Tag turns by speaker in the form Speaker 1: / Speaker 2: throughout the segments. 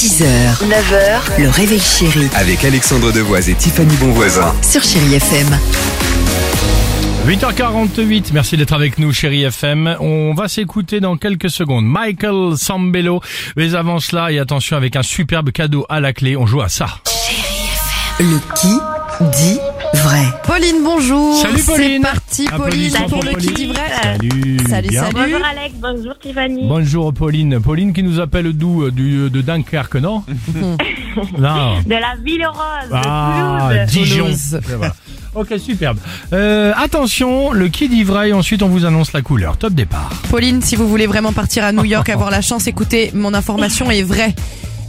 Speaker 1: 6h, 9h, le réveil chéri
Speaker 2: Avec Alexandre Devoise et Tiffany Bonvoisin.
Speaker 1: sur Chérie FM.
Speaker 3: 8h48, merci d'être avec nous chérie FM. On va s'écouter dans quelques secondes. Michael Sambello, mais avant cela, et attention avec un superbe cadeau à la clé, on joue à ça.
Speaker 1: Le qui dit vrai.
Speaker 4: Pauline, bonjour.
Speaker 3: Salut, Pauline.
Speaker 4: C'est parti, Pauline,
Speaker 3: Applaudissements
Speaker 4: pour le
Speaker 3: Pauline.
Speaker 4: qui dit vrai. euh,
Speaker 3: Salut,
Speaker 4: Salut,
Speaker 3: bien.
Speaker 4: salut.
Speaker 5: Bonjour Alex, bonjour Tiffany.
Speaker 3: Bonjour Pauline. Pauline qui nous appelle d'où euh, du, De Dunkerque, non Non.
Speaker 5: De la Ville Rose,
Speaker 3: Ah,
Speaker 5: de Toulouse.
Speaker 3: Dijon.
Speaker 4: Toulouse.
Speaker 3: Voilà. Ok, superbe. Euh, attention, le qui dit vrai, ensuite on vous annonce la couleur. Top départ.
Speaker 4: Pauline, si vous voulez vraiment partir à New York, avoir la chance, écoutez, mon information est vraie.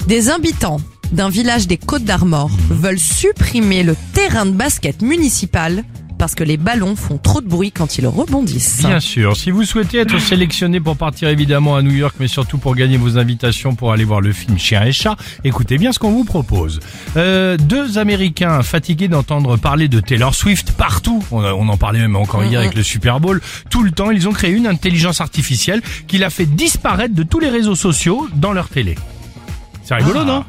Speaker 4: Des habitants d'un village des Côtes d'Armor veulent supprimer le terrain de basket municipal parce que les ballons font trop de bruit quand ils rebondissent.
Speaker 3: Bien sûr. Si vous souhaitez être sélectionné pour partir évidemment à New York, mais surtout pour gagner vos invitations pour aller voir le film Chien et Chat, écoutez bien ce qu'on vous propose. Euh, deux Américains fatigués d'entendre parler de Taylor Swift partout. On, a- on en parlait même encore hier avec le Super Bowl. Tout le temps, ils ont créé une intelligence artificielle qui l'a fait disparaître de tous les réseaux sociaux dans leur télé. C'est rigolo, non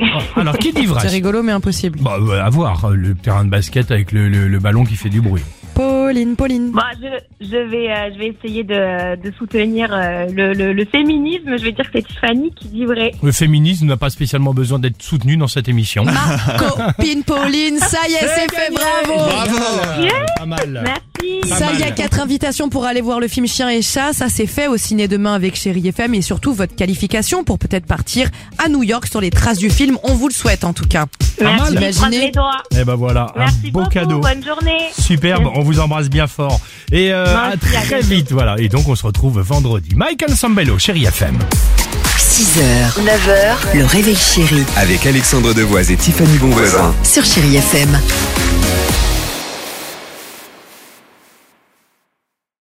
Speaker 3: Oh, Alors, qui dit
Speaker 4: Ah. C'est
Speaker 3: vrai
Speaker 4: rigolo mais impossible.
Speaker 3: Bah, euh, à voir, euh, le terrain de basket avec le- le- le ballon qui fait du bruit.
Speaker 4: Pauline, Pauline.
Speaker 5: Bon, je, je, vais, euh, je vais essayer de, de soutenir euh, le, le- le féminisme. Je vais dire que c'est Tiffany qui dit vrai.
Speaker 3: Le féminisme n'a pas spécialement besoin d'être soutenu dans cette émission.
Speaker 5: Ah,
Speaker 4: Ma copine Pauline, ça y est, c'est fait, bravo.
Speaker 3: Pas mal.
Speaker 5: Merci.
Speaker 3: Pas
Speaker 4: Ça,
Speaker 3: mal.
Speaker 4: il y a quatre invitations pour aller voir le film Chien et Chat. Ça, c'est fait au ciné demain avec Chéri FM et surtout votre qualification pour peut-être partir à New York sur les traces du film. On vous le souhaite en tout cas.
Speaker 3: mal.
Speaker 5: Merci. je croise
Speaker 4: Imaginez.
Speaker 5: les doigts.
Speaker 3: Eh ben voilà,
Speaker 5: Merci
Speaker 3: un beau
Speaker 5: beaucoup.
Speaker 3: cadeau.
Speaker 5: Bonne journée.
Speaker 3: Superbe, on vous embrasse bien fort. Et euh, à
Speaker 5: Merci, à
Speaker 3: très
Speaker 5: bientôt.
Speaker 3: vite, voilà. Et donc on se retrouve vendredi. Michael Sambello, chérie FM.
Speaker 1: 6h, 9h, le réveil chéri
Speaker 2: Avec Alexandre Devoise et Tiffany Bonvoisin.
Speaker 1: sur Chérie FM.